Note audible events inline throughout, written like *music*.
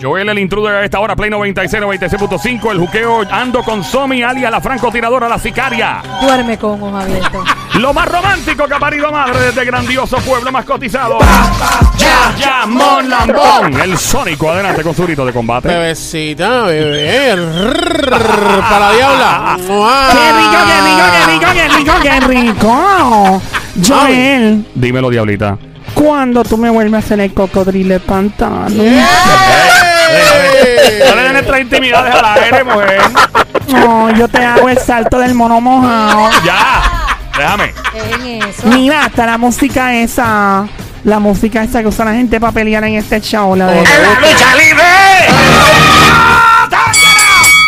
Joel el intruder a esta hora, Play 96, 96.5. El juqueo ando con Somi, alia la francotiradora, la sicaria. Duerme con ojos abiertos. Lo más romántico que ha parido madre desde grandioso pueblo más cotizado. ya, Mon Lambón. El sónico adelante con su grito de combate. Bebecita, bebé. Rrr, Para la diabla. ¡Mua! rico, qué rico! Joel, Dímelo, diablita. ¿cuándo tú me vuelves a hacer el cocodrilo de No pantano? le ¡Ey! den nuestras intimidades al aire, mujer. No, yo te hago el salto del mono mojado. Ya. Déjame. Dejen eso. Mira, hasta la música esa. La música esa que usa la gente para pelear en este show. La de... lucha libre!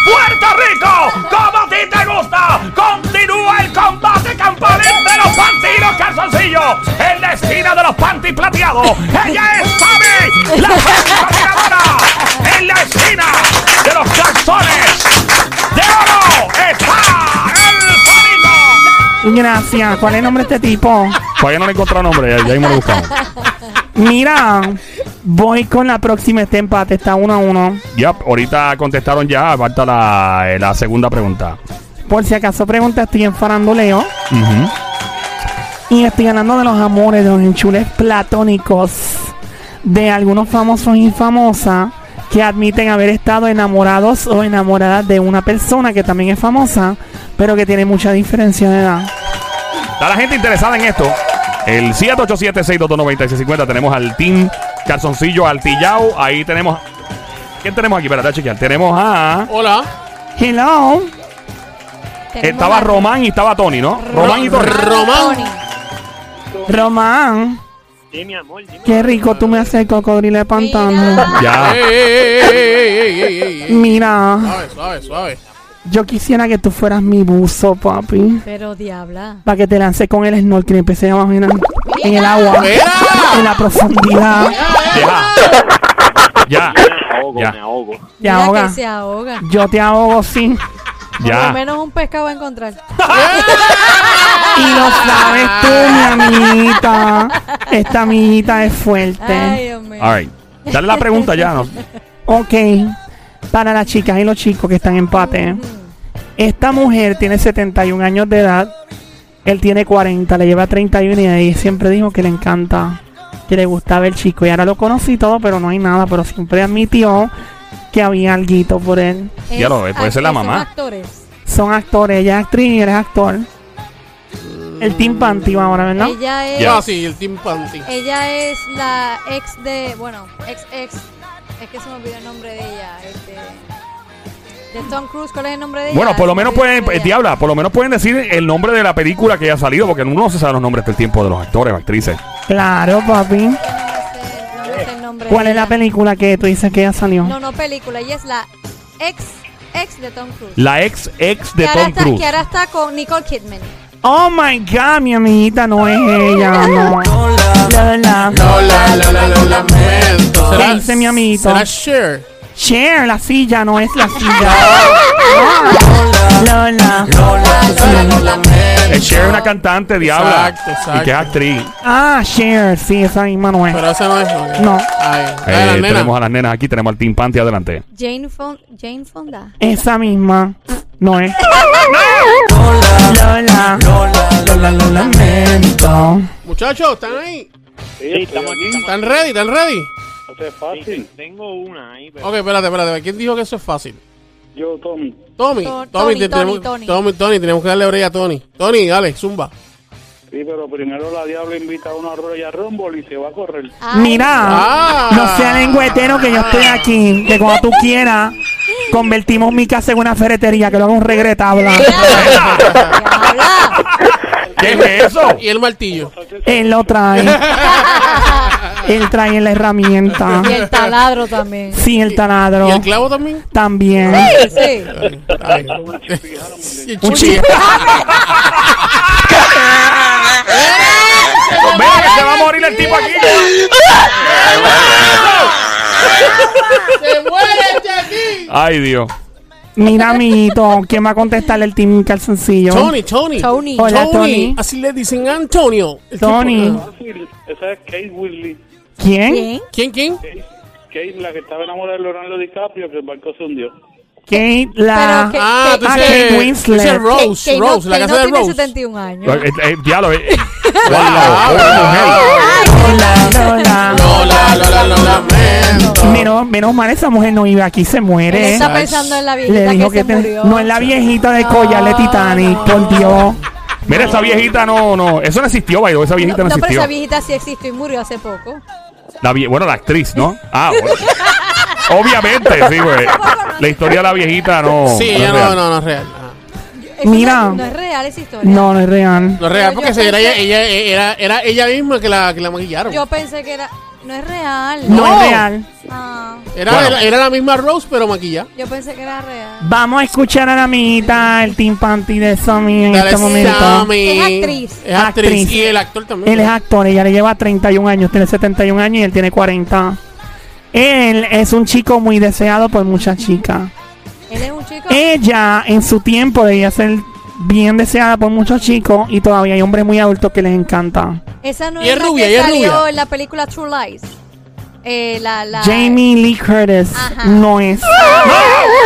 ¡Puerto Rico! ¡Como a ti te gusta! ¡Continúa el combate campal entre los panty y los calzoncillos! ¡En la esquina de los panty plateados! ¡Ella es Fabi! ¡La francotiradora! ¡En la esquina de los calzones de oro está el Sónico! Gracias. ¿Cuál es el nombre de este tipo? Todavía no le he encontrado nombre, Pues ya, ahí me lo buscamos. Mira, voy con la próxima. Este empate está uno a uno. Ya, ahorita contestaron ya, falta la, eh, la segunda pregunta. Por si acaso pregunta, estoy en faranduleo. Y estoy hablando de los amores, de los enchules platónicos. De algunos famosos y famosas que admiten haber estado enamorados o enamoradas de una persona que también es famosa, pero que tiene mucha diferencia de edad. Está la gente interesada en esto. El 787-622-9650. Tenemos al Team Calzoncillo Altillao. Ahí tenemos. ¿Quién tenemos aquí? Espérate, a chequear. Tenemos a. Hola. Hello, Tenemos Estaba la- Román y estaba Tony, ¿no? Román y Tony. Román. Tony. Román. Sí, mi amor, dime. Qué rico tú me haces el cocodrilo de pantano. Mira. Ya. Ey, ey, ey, ey, ey, ey, ey, ey. Mira, Suave, suave, suave. yo quisiera que tú fueras mi buzo, papi. Pero diabla. Para que te lance con el snorkel y empecé a imaginar en el agua, Mira. en la profundidad. Ya. Ya. Me ahogo, Ya. me ahogo. Te Mira ahoga. que se ahoga. Yo te ahogo, sí. Por lo Ya. menos un pescado va a encontrar. *laughs* Y lo sabes tú, mi amiguita. Esta amiguita es Ay, fuerte. Dios mío. All right. Dale la pregunta ya. ¿no? Ok. Para las chicas y los chicos que están en empate. Esta mujer tiene 71 años de edad. Él tiene 40, le lleva 31 y ahí siempre dijo que le encanta, que le gustaba el chico. Y ahora lo conocí todo, pero no hay nada. Pero siempre admitió que había alguito por él. Es- Ya lo ves, puede ser la son mamá. actores. Son actores, ella es actriz y él es actor. El Team Panty va ahora, ¿verdad? Ella es. Ya, sí, el Team Panty. Ella es la ex de. Bueno, ex, ex. Es que se me olvidó el nombre de ella. Este, de Tom Cruise, ¿cuál es el nombre de ella? Este, Bueno, por lo menos Se me olvidó pueden. el nombre eh, de ella. Diabla, por lo menos pueden decir el nombre de la película que haya salido. Porque uno no se sabe los nombres del tiempo de los actores o actrices. Claro, papi. Que no me sé- no me sé el nombre ¿Cuál de es la ella. película que tú dices que ya salió? No, no película. Ella es la ex, ex de Tom Cruise. La ex ex de que, ahora Tom está, Cruise. que ahora está con Nicole Kidman. Oh my god, mi amiguita no es ella, no. La verdad. Lola, Lola, lo lamento. ¿Qué dice mi amiguito? ¿Será Cher? Cher, la silla no es la silla. Lola, Lola. lo lamento. Es Cher una cantante, diabla. Exacto, exacto. Y que es actriz. Ah, Cher, sí, esa misma no es. Pero esa no es. ok. No. Ay, Eh, la nena. tenemos a las nenas aquí, tenemos al Team Panty adelante. Jane, Fon- Jane Fonda. Esa misma no es. Lola. No. Muchachos, ¿están ahí? Sí, estamos aquí. estamos ¿Están ready? ¿Están ready? aquí. Esto es fácil. Tengo una ahí, pero Ok, espérate, espérate. ¿Quién dijo que eso es fácil? yo, Tommy. Tommy, To- Tony, Tommy, te- Tony, tenemos, Tony. Tommy, Tony, tenemos que darle oreja a Tony. Tony, dale, zumba. Sí, pero primero la diabla invita a una roya rumbo y se va a correr. Ay, Mira, Ah. no sea lengüetero que yo estoy aquí. Que cuando tú quieras, convertimos mi casa en una ferretería. Que lo haga un regretabla. diabla. ¿Qué es *laughs* eso? Y el martillo. Él lo trae. Él trae *laughs* la herramienta. Y el taladro también. Sí, el taladro. ¿Y el clavo también? También. Sí, sí. Ay. Un chip. Mira que se va a morir el tipo aquí. ¡Se muere de aquí! Ay, Dios. Mira, amiguito, ¿quién va a contestarle el team *laughs* calzoncillo? Tony, Tony. Tony. Hola, Tony. Tony. Así le dicen Antonio. El tipo- Tony. Fácil. Esa es Kate Willy. ¿Quién? Bien. ¿Quién, quién? Kate Keisla, que estaba enamorada de Leonardo DiCaprio, que el barco se hundió. Kate la... Pero que- Ah, tú Ah, dices, Kate tú Winslet. dices Rose, Que- que no- Rose, la que casa no de tiene Rose. 71 años. Eh, eh, diablo, *laughs* eh. Ah, Wow, pobre mujer. Lola, Lola. Lola, Lola, lo lamento. Menos, menos mal esa mujer no iba aquí, se Él muere. está pensando en la viejita Le que, dijo se que te- murió. no es la viejita de collar de Titanic, por Dios. Mira, esa viejita no, no. Eso no existió, Bailo. Esa viejita no, No, pero existió. esa viejita sí existió y murió hace poco. La vie- bueno, la actriz, ¿no? Ah, bueno. Obviamente, sí, güey. La historia de la viejita no. Sí, es ya no, real. no, no es real. Ah, Eso Mira. No, no es real esa historia. No, no es real. No es real, Pero porque yo se era, ella, pensé- ella, era, era ella misma que la, que la maquillaron. Yo pensé que era. No es real. No, No. es real. Ah, Era, Bueno. era, era la misma Rose, pero maquillada. yo pensé que era real. Vamos a escuchar a la amiguita, el team panty de Sammy en Dale, este momento. Sammy. Es actriz. Es actriz. Actriz. Y el actor también. Él es actor, ella le lleva 31 años, tiene 71 años y él tiene 40. Él es un chico muy deseado por muchas chicas. Él es un chico. Ella, en su tiempo, debía ser bien deseada por muchos chicos y todavía hay hombres muy adultos que les encanta. Esa no Y es, es la rubia, y que es salió rubia. en la película True Lies. Eh, la, la, Jamie Lee Curtis Ajá. no es.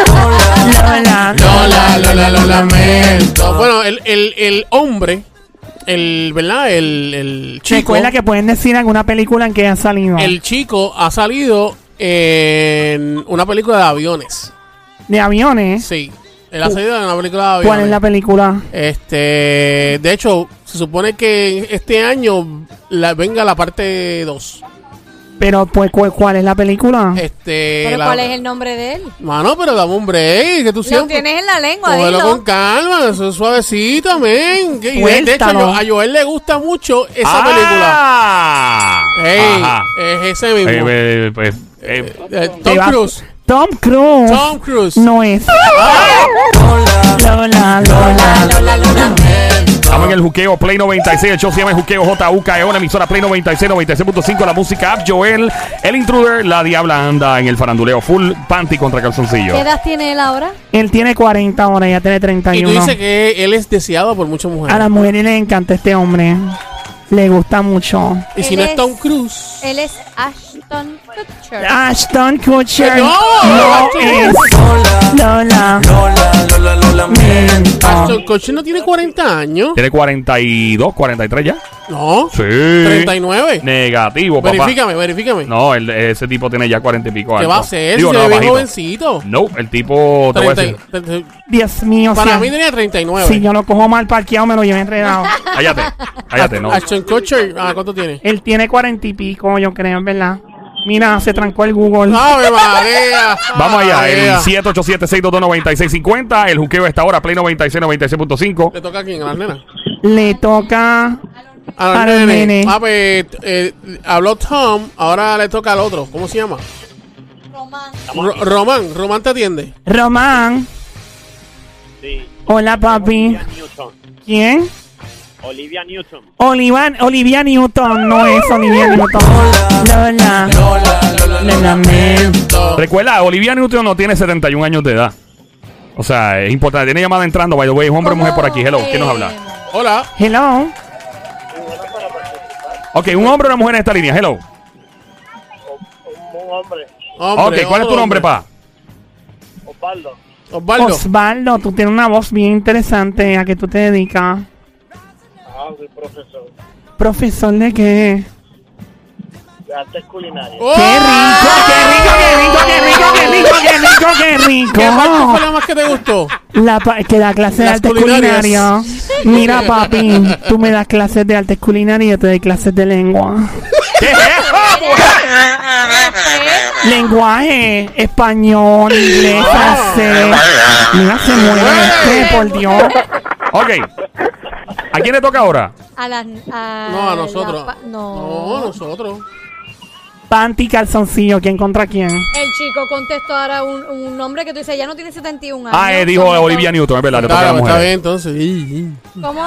Lola. Lola, Lola, lo lamento. Bueno, el, el, el hombre, el, ¿verdad? El, el chico. Recuerda que pueden decir alguna película en que ha salido. El chico ha salido en una película de aviones. De aviones. Sí. Él ha salido en una película de aviones. ¿Eh? Uh. ¿Cuál es la película? Este, de hecho, se supone que este año la, venga la parte 2. Pero, pues, cu- ¿cuál es la película? Este, ¿Pero la- cuál es el nombre de él? Mano, pero dame un break, que tú Lo siempre tienes en la lengua, Cógelo dilo. con calma, eso es suavecito, amén. Que- y De, de hecho, Cuéntalo. yo- a Joel le gusta mucho esa ah, película. Ey, Ajá. es ese Eh, mismo. eh, eh, eh, eh, Eh, Te Tom vas- Cruise. Tom Cruise. Tom Cruise. No es. Lola, Lola. Estamos en el juqueo Play 96. El show se llama el juqueo JUKE, E, una emisora Play 96, 96.5. La música app, Joel, el intruder, la diabla anda en el faranduleo. Full panty contra calzoncillo. ¿Qué edad tiene él ahora? Él tiene 40 ahora, ella tiene Y tú 31. dices que él es deseado por muchas A mujeres. las mujeres les encanta este hombre. Le gusta mucho. Y si Él no es es- Tom Cruise. Él es Ashton Kutcher. Ashton Kutcher. ¡No! no es. Lola. Lamento. Ah. Ashton Kutcher no tiene 40 años. Tiene 42, 43 ya. No. Sí. 39. Negativo, papá. Verifícame, verifícame. No, el- ese tipo tiene ya 40 y pico ¿Qué años. va a ser? Digo, si no, se ve bien bajito. jovencito. No, el tipo. Te voy a decir. Treinta y- treinta y- Dios mío. para si- mí tenía 39. si yo lo cojo mal parqueado, me lo llevo enredado. Cállate, cállate, no. Ashton Kutcher, ah, ¿cuánto tiene? Él tiene 40 y pico, yo creo, ¿verdad? Mira, se trancó el Google. ¡Ave María! Vamos allá, Ave el María. 787-622-9650. El juqueo está ahora, Play 96, 96.5. Le toca a quién, a las nenas. Le toca. A A los los nenes. nenes. Ah, pues, eh, habló Tom, ahora le toca al otro. ¿Cómo se llama? Ro- Román, Román te atiende. Román. Hola, papi. Newton. ¿Quién? Olivia Newton. Olivan, Olivia Newton. No es Olivia Newton. Lola. Le lamento. Recuerda, Olivia Newton no tiene 71 años de edad. O sea, es importante. Tiene llamada entrando, by the way. Es hombre o mujer por aquí. Hello, ¿quién nos habla? Eh, Hola. Hello. Ok, un hombre o una mujer en esta línea. Hello. Un hombre, Hombre, ok, ¿cuál es tu otro nombre, pa? Osvaldo. Osvaldo. Osvaldo, tú tienes una voz bien interesante. ¿A qué tú te dedicas? Ah, soy profesor ¿Profesor de qué? de artes culinarias. ¡Oh! ¡Qué rico, qué rico, qué rico, qué rico, qué rico, qué rico, qué rico! ¿Qué parte fue la más que te gustó? La pa- que da clases de Las artes culinarias. culinarias. Mira, papi, tú me das clases de artes culinarias y yo te doy clases de lengua. ¿Qué es eso? Lenguaje, español, inglés, francés. Mira, se mueve este, por Dios. Ok. ¿A quién le toca ahora? A las. a No, a las nosotros. pa- No, no. nosotros. Panty, calzoncillo, ¿quién contra quién? El chico contestó ahora un, un nombre que tú dices, ya no tiene 71 años. Ah, eh, dijo ¿Cómo- Olivia Newton, es verdad, le toca a la Claro, está mujer. bien, entonces. Y- y- ¿Cómo?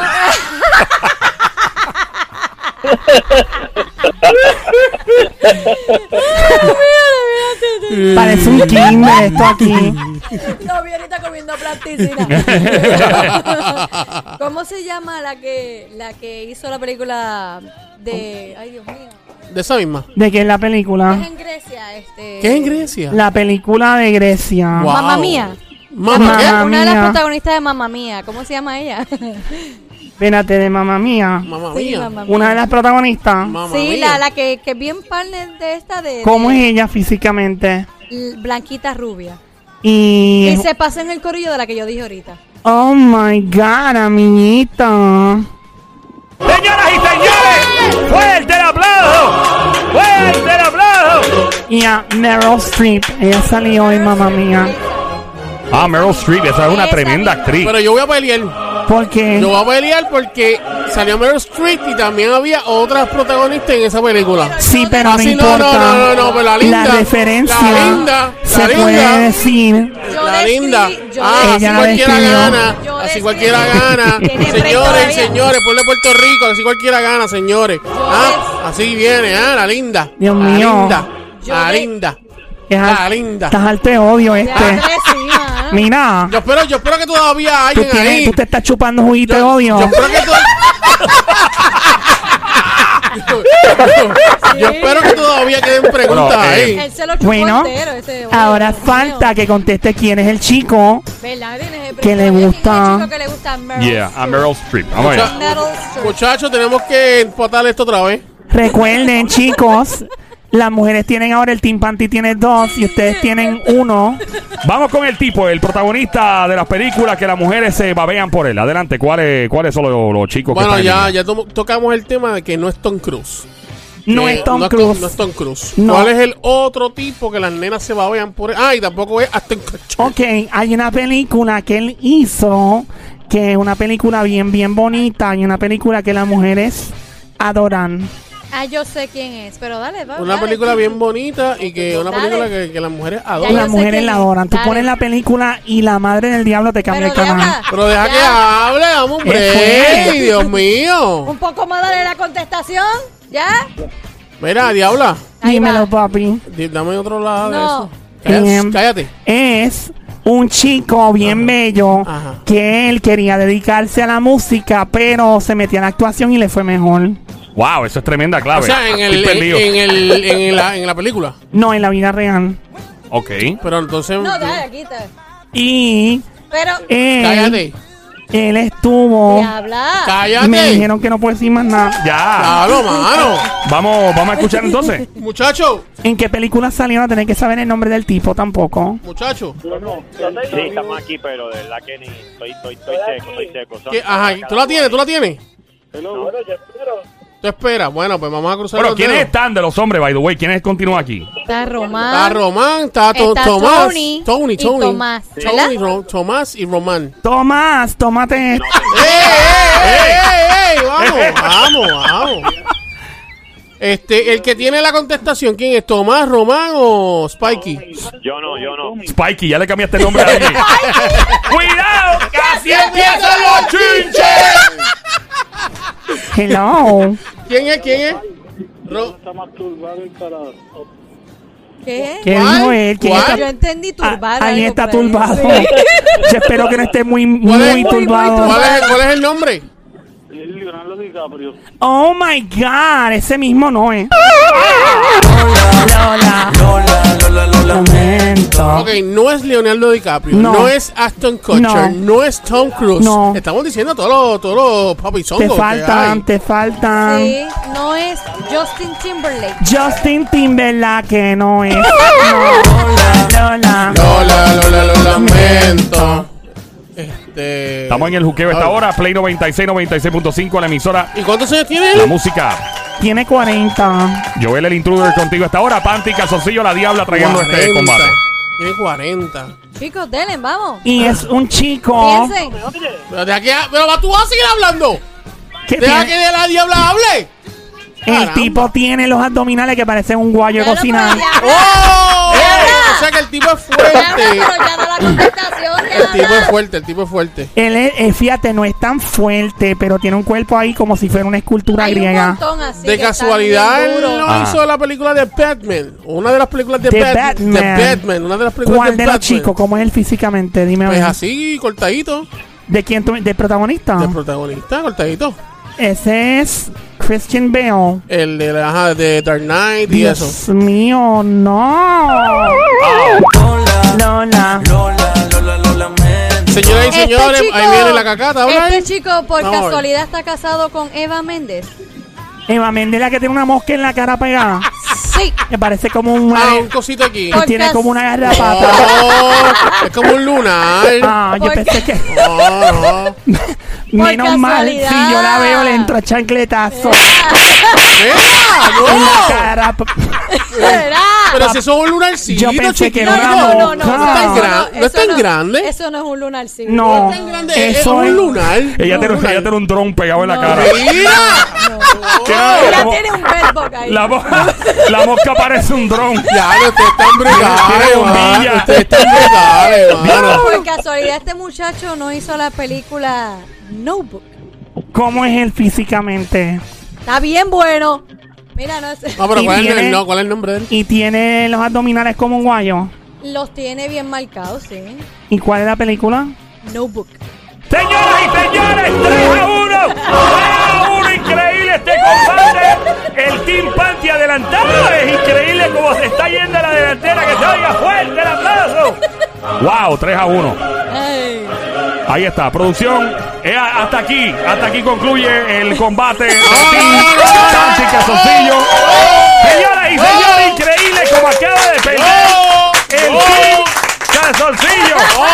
Parece un kinder esto aquí. No, vi ahorita comiendo plasticina. ¿Cómo se llama la que la que hizo la película de ay Dios mío? de esa misma. ¿De qué es la película? Es en Grecia, este. ¿Qué es en Grecia? La película de Grecia. Wow. Mamma Mía. Mamá, ¿qué? Mamá. Una de las mía. protagonistas de Mamma Mía. ¿Cómo se llama ella? Espérate, de mamá mía. Mamá *laughs* Sí, mía. Mamma Mía. Una de las protagonistas. Mamma Sí, mía. la, la que, que bien partner de esta de, de ¿Cómo es ella físicamente? l- Blanquita Rubia. Y. Y se pasa en el corillo de la que yo dije ahorita. Oh my god, amiguita. Señoras y señores, fuerte el aplauso. Fuerte el aplauso. Y a Meryl Streep. Ella salió en mamá mía. Ah, Meryl Streep, esa es una Esa tremenda misma. actriz. Pero yo voy a pelear. Porque. Yo voy a pelear porque salió Meryl Streep y también había otras protagonistas en esa película. Sí, pero no Así no, importa. no, no, no, no, pero la linda, referencia la linda, se la puede linda. decir. Yo la describí- linda. yo Ah, así Ella la cualquiera describió. Yo gana. Así describí. cualquiera gana. Tiene frente Señores, todavía. señores, pueblo de Puerto Rico, así cualquiera gana, señores. Ah, así viene, ah, la linda. Dios la mío. Linda. Yo La de- linda. Es al- La linda. Estás al te odio Ya, este. Andresina. Mira, Yo espero, yo espero que todavía tú, alguien tienes- ahí. tú te estás chupando juguito de Yo, odio. yo espero *laughs* que to- *laughs* Yo espero que todavía queden preguntas Bueno, eh, ahí. Él se lo chupó Bueno, entero, ese- ahora Dios falta mío. que conteste quién es el chico. ¿Verdad? Tienes el premio. que le ¿Quién es el gusta- chico que le gusta Meryl Yeah, a Streep? Meryl Streep. Vamos allá. Mucha- Meryl Streep. Muchachos, tenemos que empatar esto otra vez. *laughs* Recuerden, chicos, las mujeres tienen ahora el Team Panty tiene dos y ustedes tienen uno. Vamos con el tipo, el protagonista de las películas que las mujeres se babean por él. Adelante, ¿cuáles cuáles son los, los chicos Bueno, que están en ya, el- ya to- tocamos el tema de que no es Tom Cruise. No Que es Eh, Tom No es Cruise. Tom Cruise. No. ¿Cuál es el otro tipo que las nenas se babean por él? Ah, y tampoco es Aston Kutcher. Ok, hay una película que él hizo, que es una película bien, bien bonita, y una película que las mujeres adoran. Ah, yo sé quién es, pero dale, va. Una dale. película bien bonita y que una Dale. película que, que las mujeres Ya adoran. Las yo sé mujeres quién la es. adoran. Tú Dale. pones la película y la madre del diablo te cambia Pero el canal. deja- Pero deja Ya. que hable, vamos, Eso hombre. es. Ey, Dios mío. Un poco más dale la contestación, ¿ya? Mira, diabla, Ahí va. Dímelo, papi. di- dame otro lado de No. eso. Cállate. Em, cállate. Es un chico bien bello Ajá. que él quería dedicarse a la música, pero se metió en la actuación y le fue mejor. Wow, eso es tremenda clave. O sea, en, el, Estoy perdido. en, el, en, la, en la película. No, en la vida real. Ok. Pero entonces. No, dale, quita. Y Pero, él, Cállate. él estuvo. diabla. Cállate. Me dijeron que no puedo decir más nada. Ya. Claro, mano. Vamos, vamos a escuchar *laughs* entonces. Muchacho, ¿En qué película salió? No tener que saber el nombre del tipo tampoco. muchacho. Sí, estamos aquí, pero de verdad que ni. Estoy, estoy, estoy seco, estoy seco. Son- ¿Qué? Ajá, ¿tú la tienes? ¿Tú la tienes? Hello. Bueno, yo espero. Tú esperas. Bueno, pues vamos a cruzar Bueno, los ¿quiénes dedos. están de los hombres, by the way? ¿Quiénes continúan aquí? Está Román. Está Román, está, To- Ah. Está Tomás. Tony Tony, y Tony. Tomás, Tony, ¿verdad? Ro- Tomás y Román. Tomás, *laughs* ¡Ey, tómate. ey, ey, ey, ey! *laughs* Vamos, vamos, vamos. Este, el que tiene la contestación, ¿quién es? ¿Tomás, Román o Spikey? Yo no, yo no. Spikey, ya le cambiaste el nombre *laughs* a alguien. ¡Cuidado! ¡Casi empiezan los chinches! Hello. ¿Quién es? ¿Quién es? Ro- Está más turbado el tarado. ¿Qué? ¿Qué ¿Cuál? dijo él? ¿Quién ¿Cuál? está- Yo entendí Ah, turbado. ahí algo está por ahí. turbado. Sí. *laughs* Yo espero que no esté muy, ¿Cuál es? muy Muy, muy turbado. ¿Cuál es, el- cuál es el nombre? Es Leonardo DiCaprio. Oh my god, ese mismo no eh. es. Lola, lamento. Ok, no es Leonardo DiCaprio, no, Ah. No. es Aston Kutcher, no, No. es Tom Cruise. No. Estamos diciendo todos los todos los Te papizongos que hay. faltan, te faltan. Sí, no es Justin Timberlake. Justin Timberlake que *laughs* no es. No, Lola. Lola, Lola, lo lamento. Este. Estamos en el juqueo a esta hora. Play 96, 96.5, la emisora. ¿Y cuántos años tiene La él? música. Tiene 40. Joel, el intruder, contigo a esta hora. Panty, calzoncillo, la diabla trayendo este 40. combate. Tiene 40. Chicos, denle, vamos. Y es un chico Piensen. Pero, deja que, pero va- tú vas a seguir hablando. que Deja tiene- que de la diabla hable. el Caramba. tipo tiene los abdominales que parecen un guayo de Ya lo cocina. podía- *laughs* *laughs* ¡Oh! ¡Eh! Diabla. O sea que el tipo es Ya, fuerte. pero ya no la contestación. El Este *laughs* tipo es diabla. fuerte, el tipo es fuerte. Él es, eh, fíjate, no es tan fuerte, pero tiene un cuerpo ahí como si fuera una escultura Hay un griega. montón así que de están casualidad bien él duros. lo Ajá. hizo en la película de Batman. Una de las películas de, De Bat- de Batman. Batman. Una de las películas ¿Cuál de los Batman. chicos? ¿Cómo es él físicamente? Dime a Pues ver. así, cortadito. Ah. ¿De quién tú, ¿Del protagonista? De protagonista, cortadito. Ese es Christian Bale. El de, la- ajá, de Dark Knight y Dios eso. mío, no. Lola. Señoras y señores, ahí viene la cacata. ahora Este chico por Vamos a ver. casualidad está casado con Eva *laughs* Méndez. Eva Méndez, la que tiene una mosca en la *laughs* cara pegada. Sí. Que parece como un... Ah, un cosito aquí. Por- tiene como una garrapata. Oh, es como un lunar. Ah, yo ¿Por pensé que... No, no. Menos mal, si casualidad. yo la veo, le entro a chancletazo. Mira, En la no. cara. ¿Será? Pero si eso es un lunarcito, Yo pensé que chiquito. era una No, no, no, no. No o sea, es tan eso gran- no es eso tan grande. Eso no es un lunarcito. No. tan grande, Eso es es- un lunar. Ella Un tiene, lunar. ella tiene un dron pegado en la cara. Mira, ¿Qué? Ella Como- tiene un bellbock ahí. la, mo- la mosca parece un dron. ya no ustedes están brutales, Tiene bombilla. mano. Ustedes están brutales, mano. Por casualidad este muchacho no hizo la película Notebook. ¿Cómo es él físicamente? Está bien bueno. Mira, no sé. No, pero Y ¿cuál es, el, tiene- no, ¿cuál es el nombre de él? Y tiene los abdominales como un guayo. *laughs* Los tiene bien marcados, sí. ¿Y cuál es la película? Notebook. Señoras y señores, 3 a 1. 3 a 1, increíble este combate. El Team Panty adelantado. Es increíble como se está yendo a la delantera. Que se oiga fuerte el aplauso. Wow, 3 a 1. Ay. Ahí está, producción. Eh, hasta aquí, hasta aquí concluye el *laughs* combate. del Team Panty Calzoncillo. Señoras y ¡Oh! señores, increíble como acaba de perder el Team Calzoncillo. ¡Oh!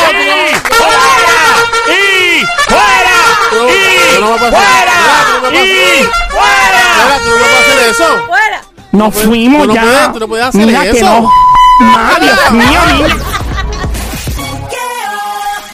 Y fuera, y Tú- fuera, tú y no vas a pasar. fuera, Tú no vas a y pasar. fuera. Mira, tú no puedes hacer eso. ¡Fuera! Nos puedes- fuimos tú no *laughs* ya. puedes- tú no puedes hacer Mira que eso. no. Ma, Dios mío, niña.